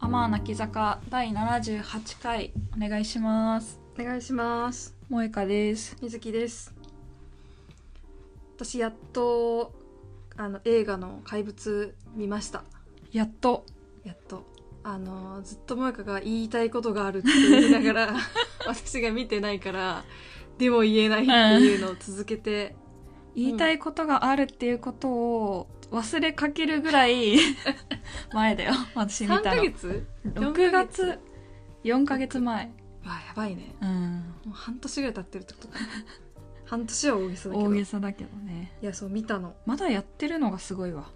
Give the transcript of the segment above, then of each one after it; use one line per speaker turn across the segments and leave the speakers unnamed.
マー泣き坂第78回お願いします
お願いします
萌香です
みずきです私やっとあの映画の怪物見ました
やっと
やっとあのずっと萌香が言いたいことがあるって言いなが ら私が見てないからでも言えないっていうのを続けて、
言いたいことがあるっていうことを忘れかけるぐらい前だよ私見
3
た
ヶ
の
月四
6
ヶ
月
月
4ヶ月前
わあやばいね
うん
もう半年ぐらい経ってるってことか半年は大げさだけ
大
ど
げ
い
さだけどね
やそう見たの
まだやってるのがすごいわ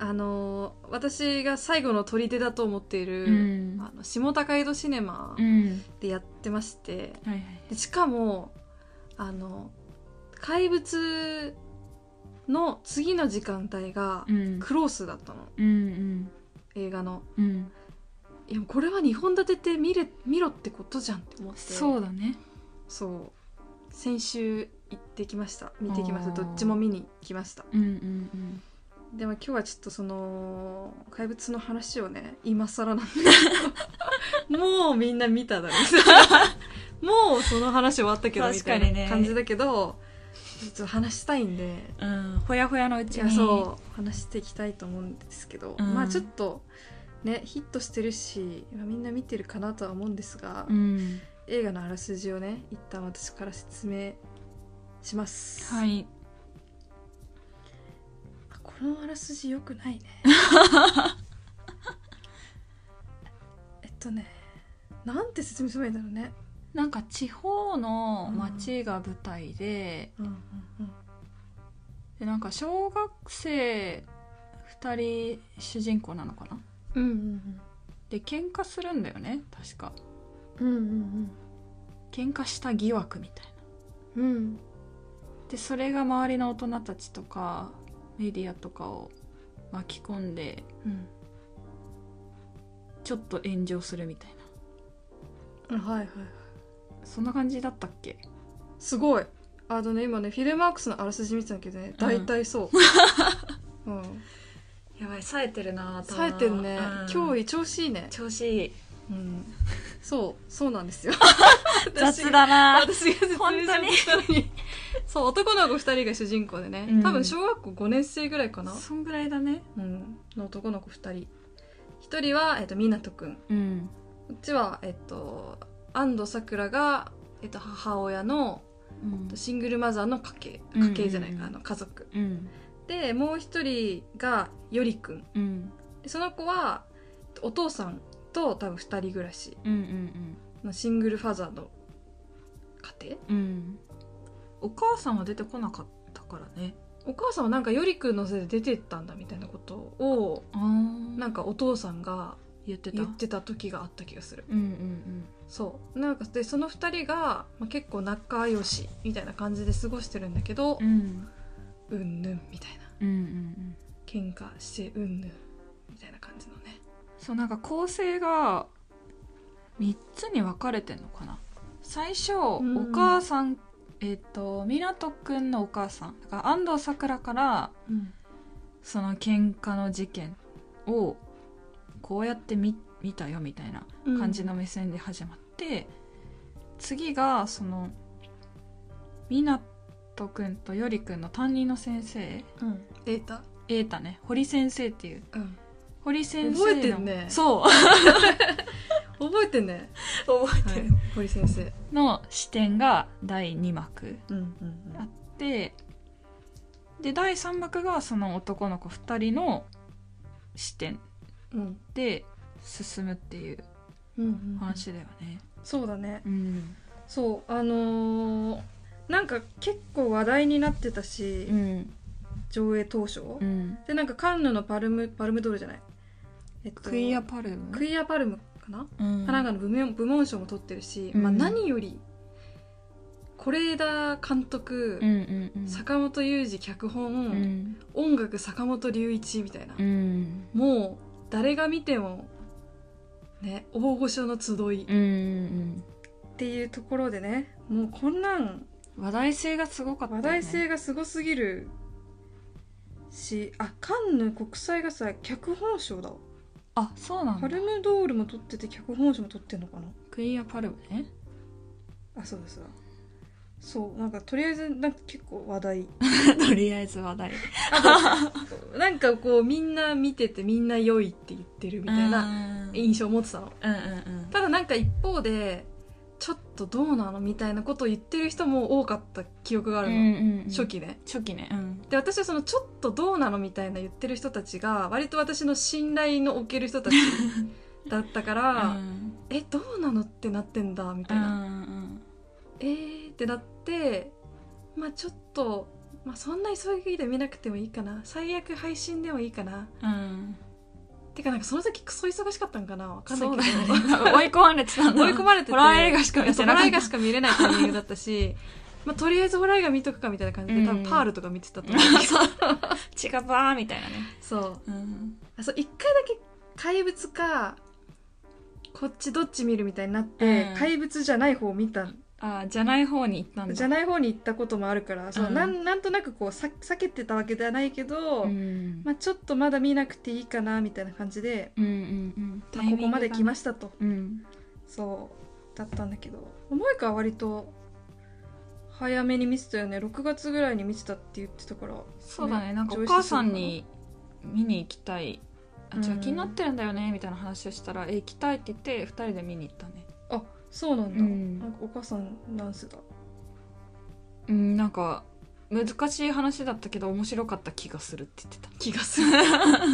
あのー私が最後の砦だと思っている、
うん
あの下高井戸シネマ
うん
でやってまして、
はいはい
でしかもあの怪物の次の時間帯が
うん
クロースだったの、
うん
映画の
うんうん
いやこれは2本立てて見れ見ろってことじゃんって思って
そうだね
そう先週行ってきました見てきました
あー
どっちも見に来ました
うんうん
でも今日はちょっとその怪物の話をね今更なんだ けどもうみんな見ただろもうその話終わったけどみ
確
た
か
い
にね
な感じだけど、ちょっと話したいんで
うんうんほやほやのう
い
ち
や
に
そう話していきたいと思うんですけど、
うん
まあちょっとねヒットしてるしまあみんな見てるかなとは思うんですが、
うん
映画のあらすじをね一旦私から説明します、
はい
このあらすじよく ないねえっとねなんて説明すればいいんだろうね
なんか地方の町が舞台で,、
うんうんうん
でなんか小学生2人主人公なのかな
うん
で喧嘩するんだよね確か
うんうん
喧嘩した疑惑みたいな
うんうん
でそれが周りの大人たちとかメディアとかを巻き込んでちょっと炎上するみたい
うんはいは
な
い
そんな感じだったっけ
すごいあのね今ねフィルマークスのあらすじ見てたけどね大体そう うん
やばい冴えてるな
冴えてんね今日調子いいね
調子いい
うんそうそうなん ですよ私
雑だ な
私が説明しようとしたのにそう男の子2人が主人公でね、
うん
多分小学校5年生ぐらいかな、
そんぐらいだね
うん、の男の子2人1人は、えっと、湊くんこ
うん
っちは、えっと、安藤サクラが、えっと、母親の
うん
シングルマザーの家系
うんうんう
家
ん
系じゃないか、あの家族
うん
でもう1人がよりくん
うん
でその子はお父さんと多分2人暮らし
うんうん
のシングルファザーの家庭
うんうんお母さんは出てこなかったからね
お母さんはなんかよりくんのせいで出てったんだみたいなことを
ああ
なんかお父さんが
言ってた
言ってた時があった気がする
うんうん
そうなんかでその2人が、まあ、結構仲良しみたいな感じで過ごしてるんだけど
うんう、ん
うんぬんみたいな
うんうんうん
喧嘩してうんぬんみたいな感じのね
そうなんか構成が3つに分かれてんのかな最初、
ん
お母さんえっ、と湊くんのお母さんが安藤サクラから
うん
その喧嘩の事件をこうやって見見たよみたいな感じの目線で始まって、次がその湊くんとよりくんの担任の先生
うんデータ、
瑛太ね堀先生っていう
うん、
堀先生の
覚えてんね
そう
覚えてね、
覚え
はい、堀先生
の視点が第2幕
うん
あってで第3幕がその男の子2人の視点
うんうん
で進むっていう
うん
話だよね。
そうだね
うん、
そうあのーなんか結構話題になってたし、
うん、
上映当初、
うん、
でなんかカンヌのパルムパルムドールじゃない、えっと
クイアパルム
クイアパルムかな
うん
神奈川の部門部門賞も取ってるし、
うん
まあ、何より是枝監督、
うんうんうん
坂本雄二脚本、
うん
音楽坂本龍一みたいな、
うん
もう誰が見ても、ね、大御所の集いっ
うんうん
ていうところでねもうこんなん
うん話題性がすごかった
話
よね、
題性がすごすぎるしあカンヌ国際映画祭脚本賞だわ
あそうなん
ハ
だ
ルムドールも撮ってて脚本賞も撮ってんのかな
クイアパルムね
あそうですそうなんかとりあえずなんか結構話題
とりあえず話題
なんかこうみんな見ててみんな良いって言ってるみ
み
た
た
い
い
な
な
印象を持ってたの
うんうんうん
ただなんか一方でちょっとどうなのみたいなことを言ってる人も多かった記憶があるの、初期ね
初期ねうん
で私はそのちょっとどうなのみたいな言ってる人たちが割と私の信頼のおける人たちだったから、
うん
えどうなのってなってんだみたいな、
うん
えーってなってまあちょっと、まあ、そんな急ぎで見なくてもいいかな最悪配信でもいいかな
うん
てかなんかその時クソ忙しかったんかなわかんない
そうだ
け
よ
ど、
ね追い込まれてたんだ
追い込まれてて
ホラー映画しか見てなか
ホラー
っ
映
た
画しか見れないタイミングだったしまあとりあえずホラー映画見とくかみたいな感じで、多
う
分
ん
パールとか見てたと思う
血がバーみたいなね
そう
うん
あそう一回だけ怪物かこっちどっち見るみたいになって、
うん
怪物じゃない方を見たん
あじゃない方に行ったんだ
じゃない方に行ったこともあるからそう、
うん
なんなんとなくこうさ避けてたわけではないけど、
うん
まあ、ちょっとまだ見なくていいかなみたいな感じで、
うんうんう
ま
ん
あここまで来ま
し
したと
たうん
そうだったんだけど萌歌は割と早めに見てたよね6月ぐらいに見てたって言ってたから
そうだね
ね
なんかお
上
母
司する
さ
のかなん
に見に行きたいあ
うん
じゃあ気になってるんだよねみたいな話をしたら「え行きたい」って言って二人で見に行ったね
あそうなんだ、
うん
なんかお母さんなんすだ
うんなんか難しい話だったけど面白かった気がするって言ってた
気が する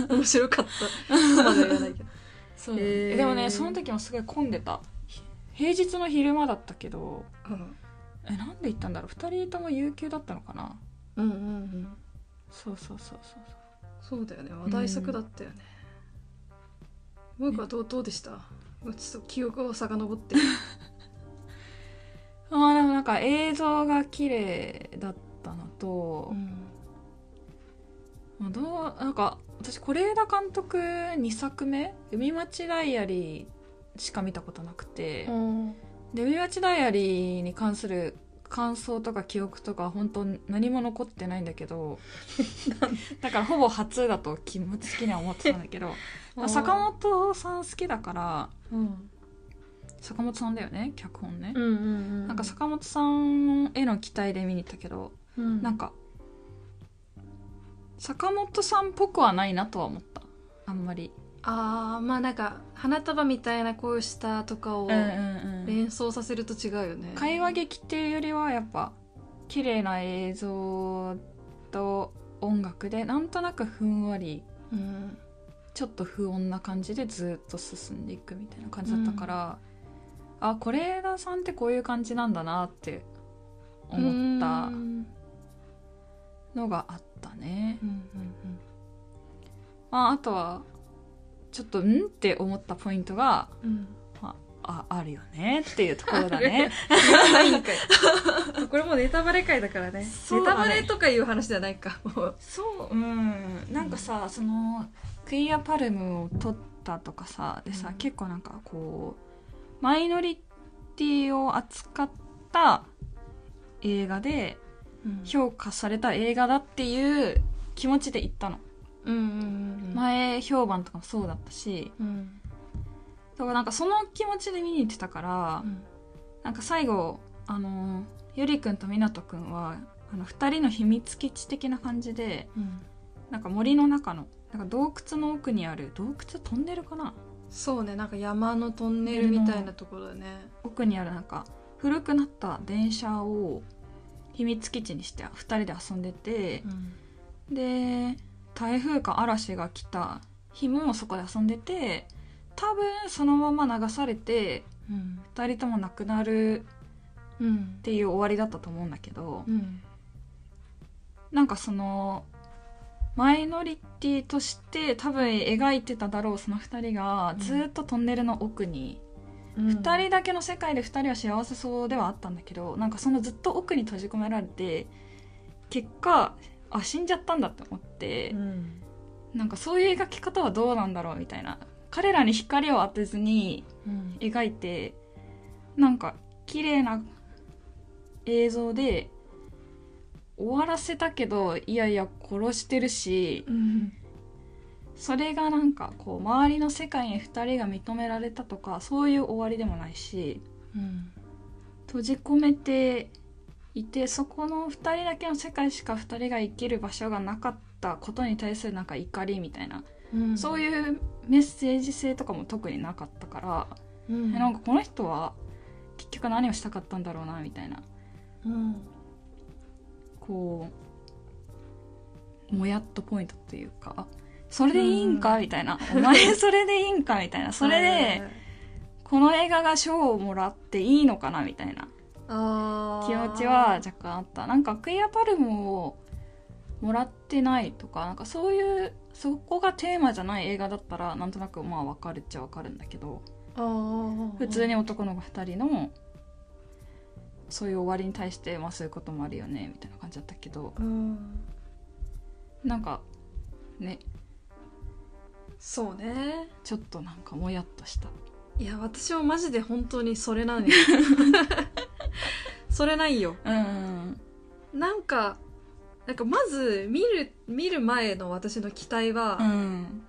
面白かったそうまでは言わないけど
そうだね、
へー
でもねその時もすごい混んでたひ平日の昼間だったけど
うん
えなんで行ったんだろう2人とも有給だったのかな
うんうんうん
そうそうそうそうそう
そうだよね話題作だったよね、もう一個はどうどうでしたもうちょっと記憶を遡って
あーでもなんか映像が綺麗だったのと、
ん
まあどうなんか私是枝監督2作目「海町ダイアリー」しか見たことなくて、で海町ダイアリーに関する感想とか記憶とか本当何も残ってないんだけ どだからほぼ初だと気持ち的には思ってたんだ けどまあ坂本さん好きだから
うん
坂本さんだよね脚本ね、
うんうん
なんか坂本さんへの期待で見に行ったけど
うん
なんか坂本さんっぽくはないなとは思ったあんまり
ああまあなんか花束みたいな声したとかを
で
連想させると違うよね、
会話劇っていうよりはやっぱ綺麗な映像と音楽でなんとなくふんわり
うん
ちょっと不穏な感じでずっと進んでいくみたいな感じだったから、あ是枝さんってこういう感じなんだなって思った
うん
のがあったね。
うんうん
まあ、あとはちょっとんって思ったポイントが
うんうん
ああるよねっていうところだね。
言わないんかい これもうネタバレ会だからね
そう
ネ
だ
タ
ね
バレとかいう話じゃないかもう
そううんなんかさ、そのクイアパルムを取ったとかさでさ、
うん
結構なんかこうマイノリティを扱った映画で評価された映画だっていう気持ちで行ったの、
うんうんうん
前評判とかもそうだったし
うん
だからなんかその気持ちで見に行ってたから、
うん
なんか最後あのゆりくんとみなとくんはあの2人の秘密基地的な感じで
うん
なんか森の中のなんか洞窟の奥にある洞窟トンネルかな
そうねなんか山のトンネルみたいなところだね
奥にあるなんか古くなった電車を秘密基地にして2人で遊んでてで台風か嵐が来た日もそこで遊んでて多分そのまま流されて
うん
2人とも亡くなる
うん
っていう終わりだったと思うんだけど
うん
なんかそのマイノリティとして多分描いてただろうその2人が
うん
ずっとトンネルの奥に2人だけの世界で2人は幸せそうではあったんだけどなんかそのずっと奥に閉じ込められて結果あ死んじゃったんだって思って、
うん
なんかそういう描き方はどうなんだろうみたいな彼らに光を当てずに
うん
描いてなんか綺麗な映像で終わらせたけどいやいや殺してるし
うん
それがなんかこう周りの世界に2人が認められたとかそういう終わりでもないし
うん
閉じ込めていてそこの2人だけの世界しか2人が生きる場所がなかったことに対するなんか怒りみたいな、
うん、
そう
う、
いうメッセージ性とかも特になかったから、
うん、
なんかこの人は結局何をしたかったんだろうなみたいな
うん、
こうもやっとポイントというかそれでいいんか
うん
みたいなお前それでいいんかみたいなそれでこの映画が賞をもらっていいのかなみたいな
あー
気持ちは若干あったなんかクイアパルムをもらってないとかなんかそういうそこがテーマじゃない映画だったらなんとなくまあ分かるっちゃ分かるんだけど
あー
普通に男の子2人のそういう終わりに対してまあそういうこともあるよねみたいな感じだったけど
うん
なんかね
そうね
ちょっとなんかもやっとした
いや私はマジで本当にそれなんよそれないよ
うん
なんかなんかまず見る見る前の私の期待は、
うん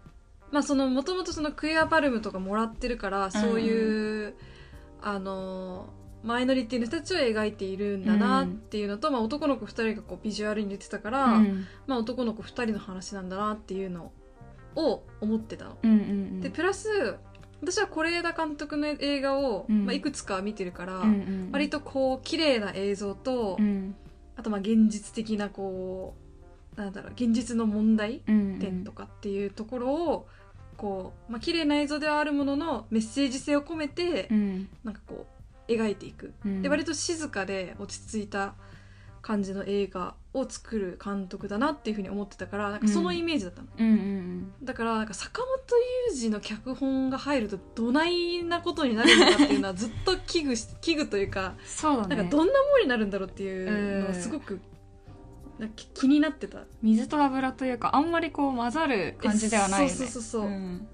まあそのもともとそのクエアパルムとかもらってるからそういう、あのマイノリティの人たちを描いているんだなっていうのと、まあ、男の子2人がこうビジュアルに出てたから、
うん
まあ、男の子2人の話なんだなっていうのを思ってたの。
うんうん
でプラス私は是枝監督の映画を、
うん
まあ、いくつか見てるから、
うんうん
割とこう綺麗な映像と、
うん
あとまあ現実的なこうなんだろう現実の問題
うん
点とかっていうところをこう、まあ綺麗な映像ではあるもののメッセージ性を込めて、
うん
なんかこう描いていく、
うん
で割と静かで落ち着いた感じの映画を作る監督だなっていうふうに思ってたからなんかそのイメージだったの、
うんうん
だからなんか坂本雄二の脚本が入るとどないなことになるのかっていうのはずっと危惧し 危惧というか
そうだ
なん
ね
かどんなものになるんだろうっていう
う
の
ん
がすごくなんか気気になってた
水と油というかあんまりこう混ざる感じではないよね
そうそうそうそう、
ん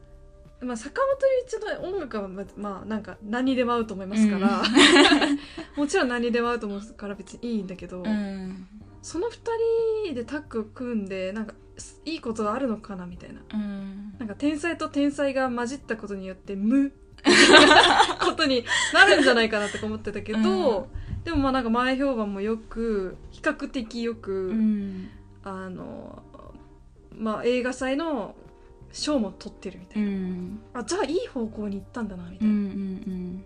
まあ、坂本龍一の音楽はままあなんか何にでも合うと思いますから、 もちろん何にでも合うと思うから別にいいんだけど、
うん
その2人でタッグ組んでなんかすいいことがあるのかなみたいな
うん
なんか天才と天才が混じったことによって無ことになるんじゃないかなとか思ってたけど、でもまあなんか前評判もよく比較的よく、
うん
あのまあ映画祭の賞も取ってるみた
う
いな、
ん
あじゃあいい方向に行ったんだなみたいな
う。ん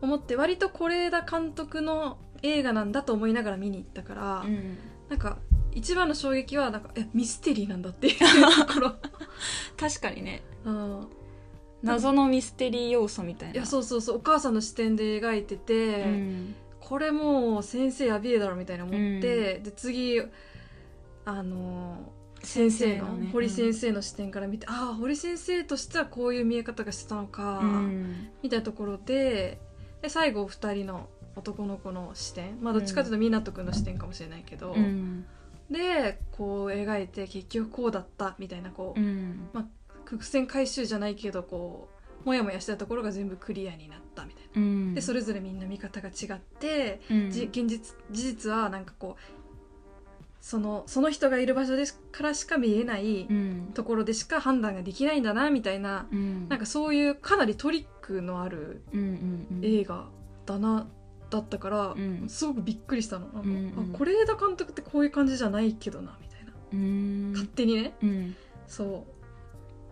思って割と是枝監督の映画なんだと思いながら見に行ったから、
うん
なんか一番の衝撃はなんかえミステリーなんだっていうところ、
確かにね
うん、
謎のミステリー要素みたいない
やそうそうそうお母さんの視点で描いてて、
うん
これもう先生やべえだろみたいな思って、で次あの先生の
ね
堀先生の視点から見て、ああ堀先生としてはこういう見え方がしてたのか、
うん
みたいなところでで最後2人の男の子の視点まあどっちかというと湊くんの視点かもしれないけど、
うん
でこう描いて結局こうだったみたいなこう、
うん
伏線回収じゃないけどこうモヤモヤしてたところが全部クリアになったみたいな。
うん
でそれぞれみんな見方が違って、
うん
じ現実事実はなんかこうそのその人がいる場所ですからしか見えない
うん
ところでしか判断ができないんだなみたいな、
うん
なんかそういうかなりトリックのある
うんうんうん
映画だなだったから、
うん
すごくびっくりしたのなんか、
うんうん
あ是枝監督ってこういう感じじゃないけどなみたいな
うん
勝手にね
うん
そ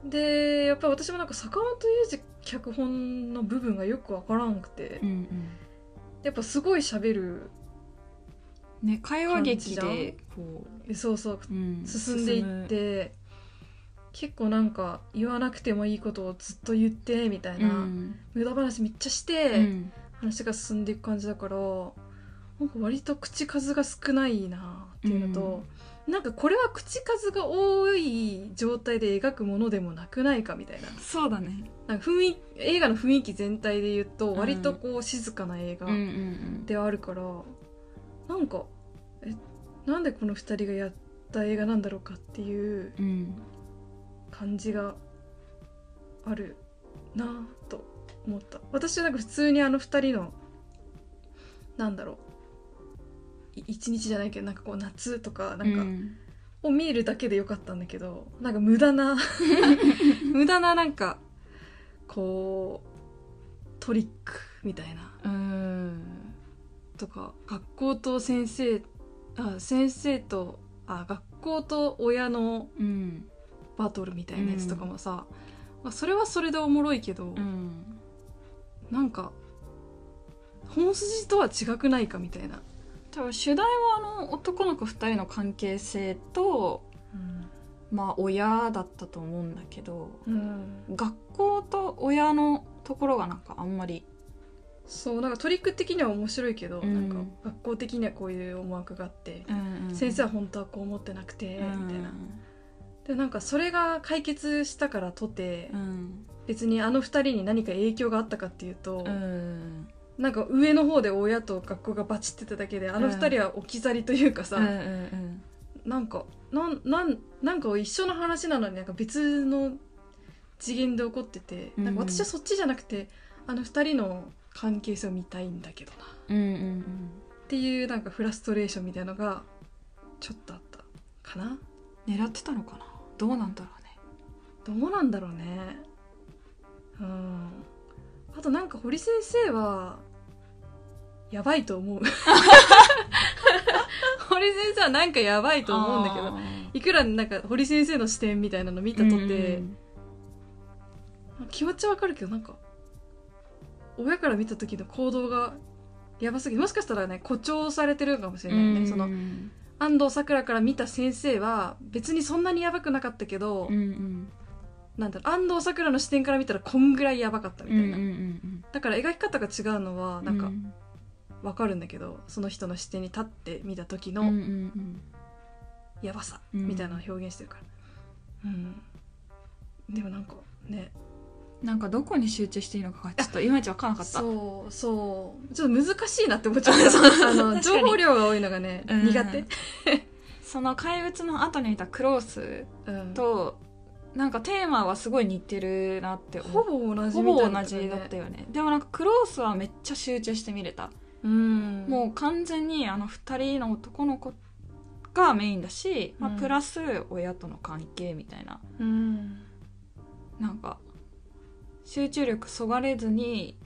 うでやっぱり私もなんか坂本龍二脚本の部分がよくわからんくて、
うんうん
やっぱすごい喋る
ね会話劇
感じ
でこ
えそうそう
ううん
進んでいって結構なんか言わなくてもいいことをずっと言ってみたいな、
うん
無駄話めっちゃし
う
て
ん
話が進んでいく感じだから、なんか割と口数が少ないなっていうのと、なんかこれは口数が多い状態で描くものでもなくないかみたいな
そうだね
なんか雰囲気映画の雰囲気全体で言うと割とこう静かな映画。
うんうん
ではあるからなんかえなんでこの2人がやった映画なんだろうかっていう
うんうん
感じがあるなぁと思った私はなんか普通にあの2人のなんだろうい一日じゃないけどなんかこう夏とかなんか、
うん
を見るだけでよかったんだけどなんか無 駄な無駄ななんかこうトリックみたいな
うん
とか学校と先生あ先生とあ学校と親の
うん
バトルみたいなやつとかもさ、まあ、それはそれでおもろいけど、
うん
なんか本筋とは違くないかみたいな、
多分主題はあの男の子2人の関係性とまあ親だったと思うんだけど
うん
学校と親のところがなんかあんまり
そうなんかトリック的には面白いけど、
うん
なんか学校的にはこういう思惑があって、先
先
生
生
は
は
本当はこう思ってなくて、
み
み
た
た
い
い
な
なでなんかそれが解決したからとて、
ん
別にあの2人に何か影響があったかっていうと、
ん
なんか上の方で親と学校がバチってただけであの2人は置き去りというかさ、
うん
なんかなんなんなんか一緒の話なのになんか別の次元で起こってて、
うん
なんか私はそっちじゃなくてあの2人の関係性を見たいんだけどなっ
うんうん
ていうなんかフラストレーションみたいのがちょっとあったかな
狙ってたのかなどうなんだろうね
どうなんだろうねうんあとなんか堀先生はやばいと思う堀先生はなんかやばいと
と
思
思
う
うんん
だ
だ
け
け
ど
ど
いくらなんか堀先生の視点みたいなの見た
だ
と、
とってて
気持ちはわかるけどなんか親から見た時の行動がやばすぎてもしかしたらね誇張されてるかもしれないよね、
ねそ
そ
の
の安藤サクラから見た先生は別にそんなにやばくなかったけど、なんだろう安藤サクラの視点から見たらこんぐらいやばかったみ
み
たい
た
な、
いなな
だから描き方が違うのはなんん
か
かわかるんだけど、その人の視点に立って見た時
の
のやばさみたいなのを表現してるから、うんでもなんかね
なんかどこに集中していいのかがちょっといまいち分からなかった
そうそうちょっと難しいなって思っちゃったあの情報量が多いのがね
うん
苦手、
その怪物の後にいたクロース
うん、
となんかテーマはすごい似てるなって思
ほ
っ
ぼ同じ
ほ
みた
ぼ
いな
同
とこ
じ
ね
だったよねでもなんかクロースはめっちゃ集中して見れた、
うん
もう完全にあの2人の男の子がメインだし、まあ
うん
プラス親との関係みたいな
う、ん、
なんか集中力そがれずに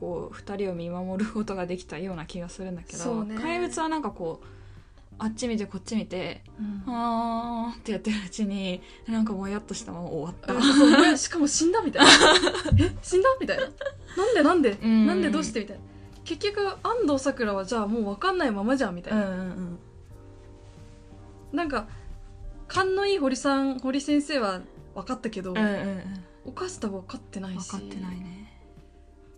こう2人を見守ることができたような気がするんだけ
そ
ど、
うね
怪物はなんかこうあっち見てこっち見て
うん
あーってやってるうちになんかもやっとしたまま終わった、
そうねしかも死んだ みたいなえ死んだみたいななんでなんで、
うん
なんでどうしてみたいな結局安藤サクラはじゃあもう分かんないままじゃんみたいな、
ん
なんか勘のいい堀さん堀先生は分かったけど、
うんうんうん
犯した分かってない
分
し
かってないね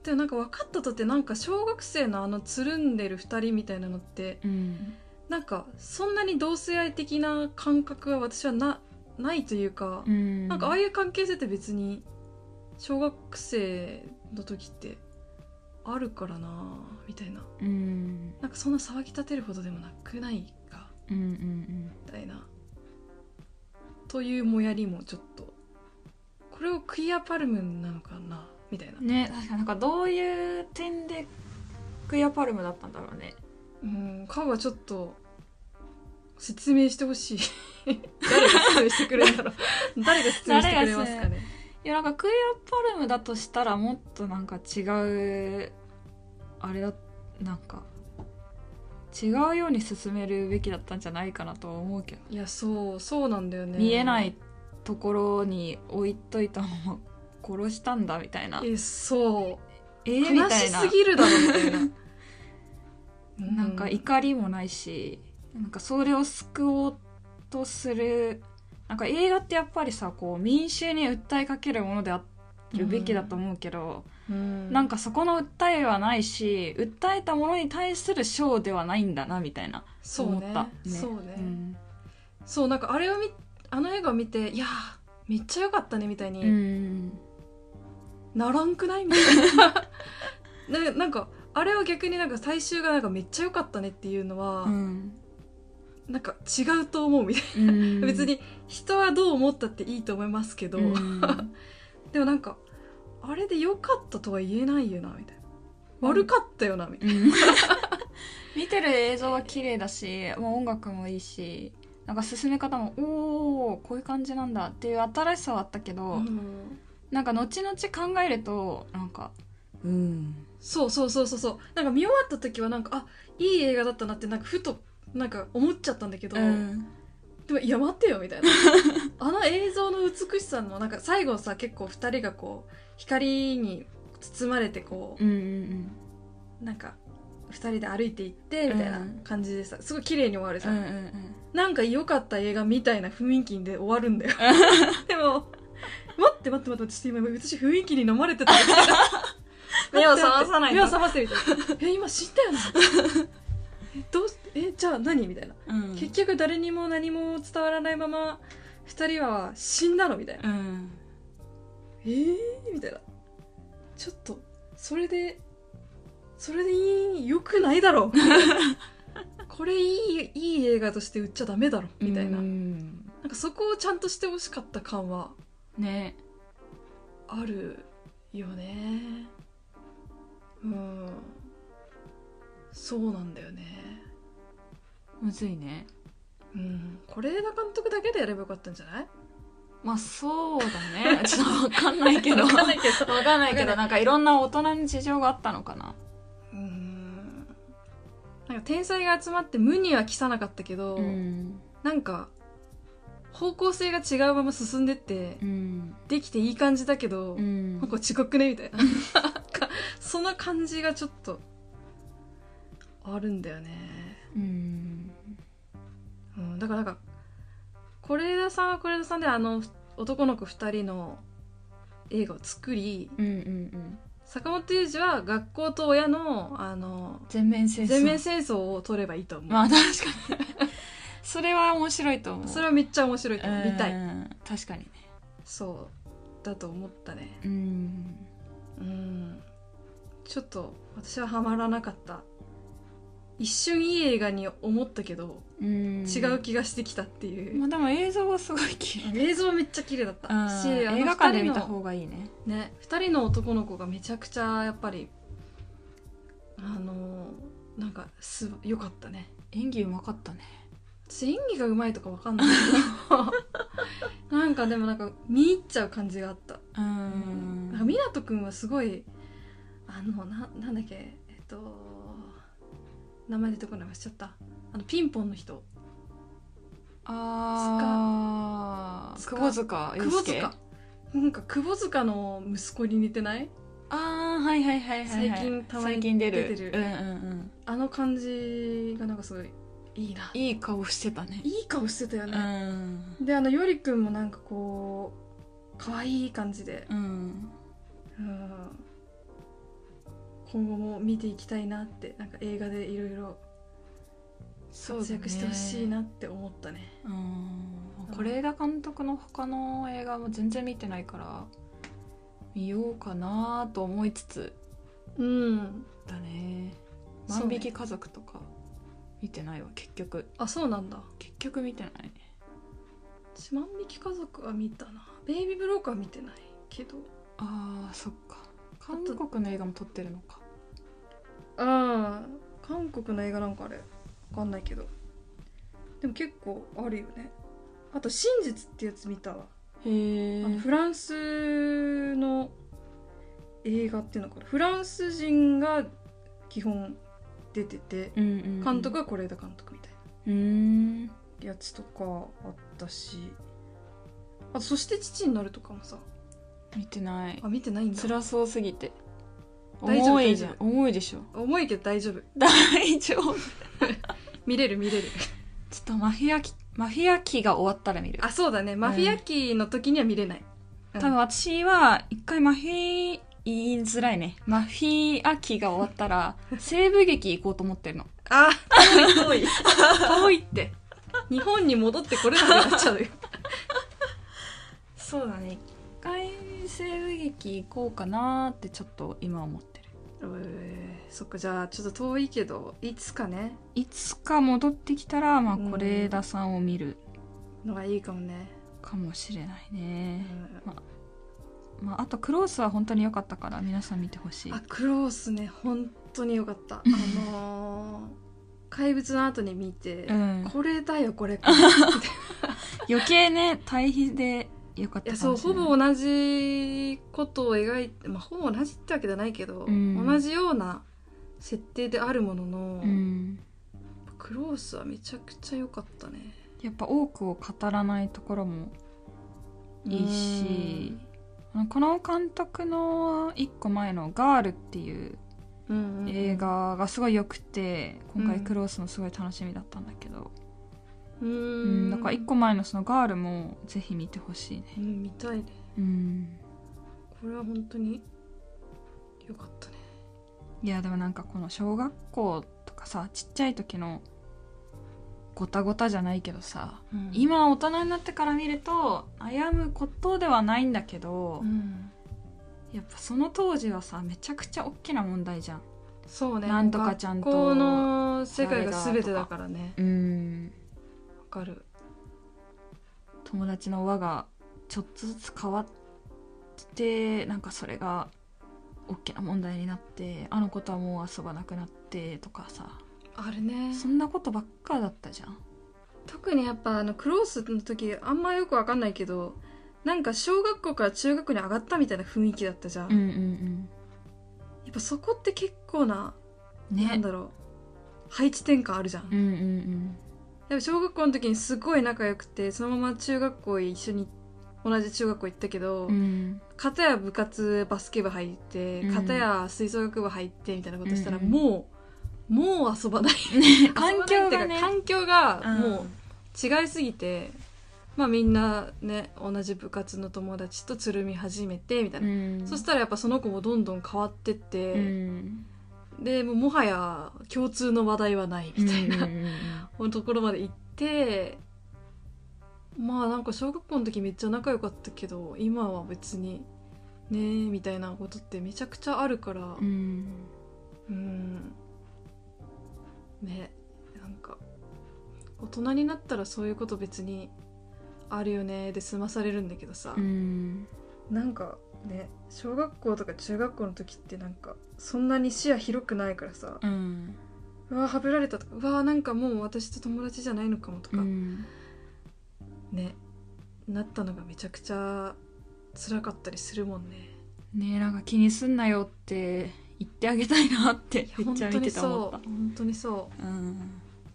でもなんか分かったとってなんか小学生のあのつるんでる2人みたいなのって
うん
なんかそんなに同性愛的な感覚は私はなないというか、
うん
なんかああいう関係性って別に小学生の時ってあるからなみたいな
うん
なんかそんな騒ぎ立てるほどでもなくないか
うんうん
みたいなというもやりもちょっとこれをクイアパルムなのかなみたいな
うんね確かになんかどういう点でクイアパルムだったんだろうね
うん、カはちょっと説明してほ しい誰が説明してくれるんだろう誰が説明してくれますかね
いやなんかクイアパルムだとしたらもっとなんか違うあれだなんか違うように進めるべきだったんじゃないかなとは思うけど、
いやそうそうなんだよね
見えないところに置いといたまま殺したんだみたいなえ
えそう
ー、み
悲
た
し
いな
すぎるだろみたいなう
なんか怒りもないしなんかそれを救おうとするなんか映画ってやっぱりさこう民衆に訴えかけるものであるべきだと思うけど、
うん
なんかそこの訴えはないし訴えたものに対する賞ではないんだなみたいな
そう
思
ね
ったね
そうね、
うん
そうなんかあれを見あの映画を見ていやーめっちゃ良かったねみたいに、
うん
ならんくないみ たいなななんかあれは逆になんか最終がなんかめっちゃ良かったねっていうのは、
うん
なんか違うと思うみたいな
うん
別に人はどう思ったっていいと思いますけど、
うん
でもなんかあれで良かったとは言えないよなみたいな悪かったよなみたい
見てる映像は綺麗だしもう音楽もいいしなんか進め方もおおこういう感じなんだっていう新しさはあったけど、
うん
なんか後々考えるとなんかうん
そうそうそうそうそうなんか見終わった時はなんかあいい映画だったなってなんかふとなんか思っちゃったんだけど、でもいや待ってよみた いなあの映像の美しさのなんか最後さ結構2人がこう光に包まれてこ
うんうん
うなんか2人で歩いていってみたいな感じでさすごい綺麗に終わるじ
う
ゃん、
んうん
なんか良かった映画みたいな雰囲気で終わるん だよでも待って待って待ってちょっと今私雰囲気に飲まれてた
目を覚まさないと
目を覚ませみたいなえ今死んだよなえどうしえじゃあ何みたいな
うん
結局誰にも何も伝わらないまま2人は死んだのみたいな
うん
えー、みたいなちょっとそれでそれでいいよくない だろこれいいいい映画として売っちゃダメだろみたいな,、
う
なんんかそこをちゃんとしてほしかった感は
ね
あるよねうんそうなんだよね
むずいね
うん是枝監督だけでやればよかったんじゃない
まあそうだね ちょっとわかんないけど
わ
わ
か
か
んないけど
んないけどなんかいろんな大人の事情があったのかな
うーんなんか天才が集まって無には帰さなかったけど、
ん
なんか方向性が違うまま進んでって
うん
できていい感じだけど、
うん
なんか遅刻ねみたいななんかその感じがちょっとあるんだよね、
うん
うん、だからなんか是枝さんは是枝さんであの男の子2人の映画を作り
うんうんうん
坂本龍二は学校と親のあの
全面戦争
全面戦争を撮ればいいと思う、
まあ確かにそれは面白いと思う
それはめっちゃ面白いと思う見た
う
い
ん確かにね
そうだと思ったね
うん
うんちょっと私はハマらなかった一瞬いい映画に思ったけど、
うん
違う気がしてきたっていう、
まあでも映像はすごい綺麗
映像めっちゃ綺麗だったし
映
あの
画館で見
二
た
人の
方がいいね
ね2人の男の子がめちゃくちゃやっぱりあのなんかすよかったね
演技うまかったね
私演技がうまいとかわかんない けどなんかでもなんか見入っちゃう感じがあった
う
なんか
ん
湊くんはすごいあのななんだっけえっと名前出てこない忘れちゃったあのピンポンの人
あー
塚
窪塚洋
窪
介
塚なんか窪塚の息子に似てない
あーはいはいはいはいはい
最近たまに
最近出る
出てる
うんうん
あの感じがなんかすごいいいな
うんいい顔してたね
いい顔してたよ
う
ね、
ん
であのよりくんもなんかこう可愛い感じで、
うん
うん、今後も見ていきたいなってなんか映画でいろいろ
そうだね
活躍してほしいなって思ったね
うん是枝監督の他の映画も全然見てないから見ようかなと思いつつ
うん
だね
そうね
万引き家族とか見てないわ結局
あそうなんだ
結局見てないね
私万引き家族は見たなベイビーブローカーは見てないけど
あーそっか韓
と
国の映画も撮ってるのか
ああ韓国の映画なんかあれわかんないけどでも結構あるよねあと「真実」ってやつ見たわ、
へえ
あのフランスの映画っていうのかなフランス人が基本出てて監
監
督は是枝監督みたいな
うん
やつとかあったしあとそして父になるとかもさ
見てない
あ見てないんだ
辛そうすぎて
大丈夫
重いじゃん
大
重いでしょ
重いけど大丈夫
大丈夫
見れる見 れる
ちょっとマフィア期マフィア期が終わったら見る
あそうだねマフィア期の時には見れない、うん
多分私は一回マフィ言いづらいねマフィア期が終わったら西部劇行こうと思ってるの
あ遠い遠い 遠いって日本に戻ってこれなくなっちゃ うよ
そうだね一回西部劇行こうかなってちょっと今思ってる
えーそっかじゃあちょっと遠いけどいつかね
いつか戻ってきたらまあ
うん
是枝さんを見る
のがいいかもね、
かもしれないうね、
ん
まあ、あとクロースは本当に良かったから皆さん見てほしい
あクロースね本当によかったあのー怪物の後に見て、
うん
これだ よこれい
余計ね対比でよかった
や
か
そう
もしれ
ほ
ない
ぼ同じことを描いて、まあ、ほぼ同じってわけじゃないけど、
うん
同じような設定であるものの、
うん、
クロースはめちゃくちゃ良かったね
やっぱ多くを語らないところもいいしこの監督の一個前の「ガール」っていう
うん、うんうん
映画がすごい良くて今
う
回
ん
クロースのすごい楽しみだったんだけど、
う
うんん、だから一個前のその「ガール」もぜひ見てほしいね
うん見たいね
うん
これは本当に良かったね
いやでもなんかこの小学校とかさちっちゃい時のごたごたじゃないけどさ今大人になってから見ると悩むことではないんだけど、
うん
やっぱその当時はさめちゃくちゃ大きな問題じゃん
そうね
なんとかちゃんと
学校の世界が全てだからね
うん
わかる
友達の輪がちょっとずつ変わってなんかそれが大きな問題になってあの子とはもう遊ばなくなってとかさ
あれね
そんなことばっかだったじゃん
特にやっぱあのクロースの時あんまよくわかんないけどなんか小学校から中学校に上がったみたいな雰囲気だったじゃん、や
ん
っぱそこって結構な、
うん
な
ね
んだろう配置転換あるじゃん、
うんうんうん
やっぱ小学校の時にすごい仲良くてそのまま中学校へ一緒に同じ中学校行ったけど、
うん
片や部活バスケ部入って
うん
片や吹奏楽部入ってみたいなことしたら、
うんうん
もうもう遊ばない
環境がね
遊ばないっていうか環境が
うん
もう違いすぎて、まあみんなね同じ部活の友達とつるみ始めてみたいな、
うん
そしたらやっぱその子もどんどん変わってっ
う
て、
ん
でもうもはや共通の話題はないみたいな、
うんうんうん
ところまで行ってまあなんか小学校の時めっちゃ仲良かったけど今は別にねえみたいなことってめちゃくちゃあるから
うんうん
うんねなんか大人になったらそういうこと別にあるよねで済まされるんだけどさ、
うん
なんかね小学校とか中学校の時ってなんかそんなに視野広くないからさ
うん
うわはぶられたとかうわなんかもう私と友達じゃないのかもとか、
うん
ねなったのがめちゃくちゃ辛かったりするもんね
ねなんか気にすんなよって言ってあげたいなって
いや
めっ
本
ち
当
ゃ見
に
てた思
そ
っ
う
た
本当にそ
うん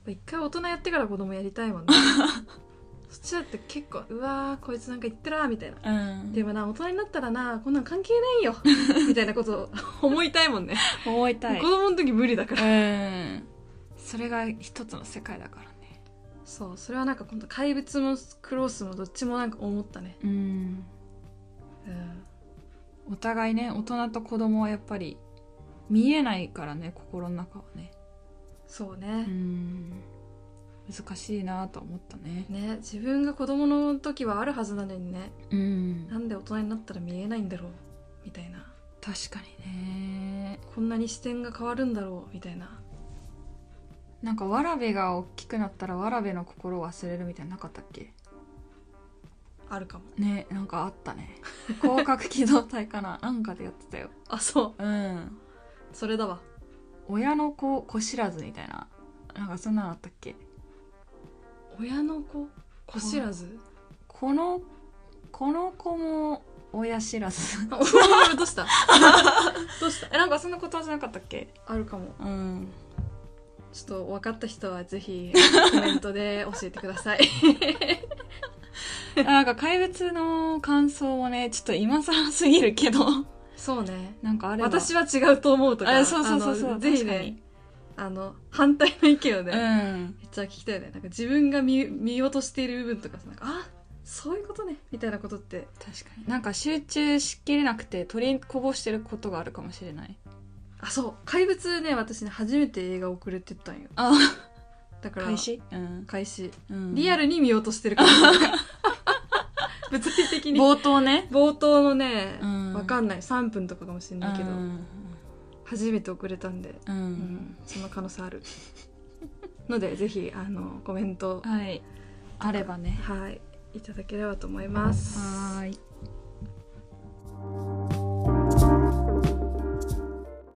う一回大人やってから子供やりたい もんねそっちだって結構うわーこいつなんか言ってらーみたいな
うん
でもな大人になったらなこんなん関係ない よみたいなことを思いたいもんね
思いたい
子供の時無理だから
うんそれが一つの世界だからね
そうそれはなんか今度怪物もクロースもどっちもなんか思ったね
うん
うん
お互いね大人と子供はやっぱり見えないからね心の中はね
そうね、
うん難しいなと思ったね
ね自分が子供の時はあるはずなのにね
うん
なんで大人になったら見えないんだろうみたいな
確かにね
こんなに視点が変わるんだろうみたいな
なんかわらべが大きくなったらわらべの心を忘れるみたいなのなかったっけ
あるかも
ねなんかあったね広角機動隊か ななんかでやってたよ
あそう
うん
それだわ
親の子子知らずみたいななんかそんなのあったっけ
親の子子知らず
このこの子も親知らず
あ どうしたどうした
えなんかそんなことじゃなかったっけ
あるかも
うん
ちょっと分かった人はぜひコメントで教えてください
なんか怪物の感想もねちょっと今更すぎるけど
そうね
なんかあれば
私は違うと思うとか
あそうそうそうそう確
あの
か
ぜ
に
ひねあの反対の意見をね、
う
めっ
ん
ちゃ聞きたいよねなんか自分が見見落としている部分とかさなんかあそういうことねみたいなことって
確かになんか集中しきれなくて取りこぼしてることがあるかもしれない
あそう怪物ね私ね初めて映画遅れてったんよ
あ
だから
開始うん、
開始
うん、
リア
ル
ルに見落としてるから。 物理的に。
冒頭ね
冒頭のね、
うん
わかんない。3分とかかもしれないけど
う、ん
初めて遅れたんで、
う
うんん、その可能性ある。ので、ぜひ、あの、コメント、
はいあればね
はい、いただければと思います。
は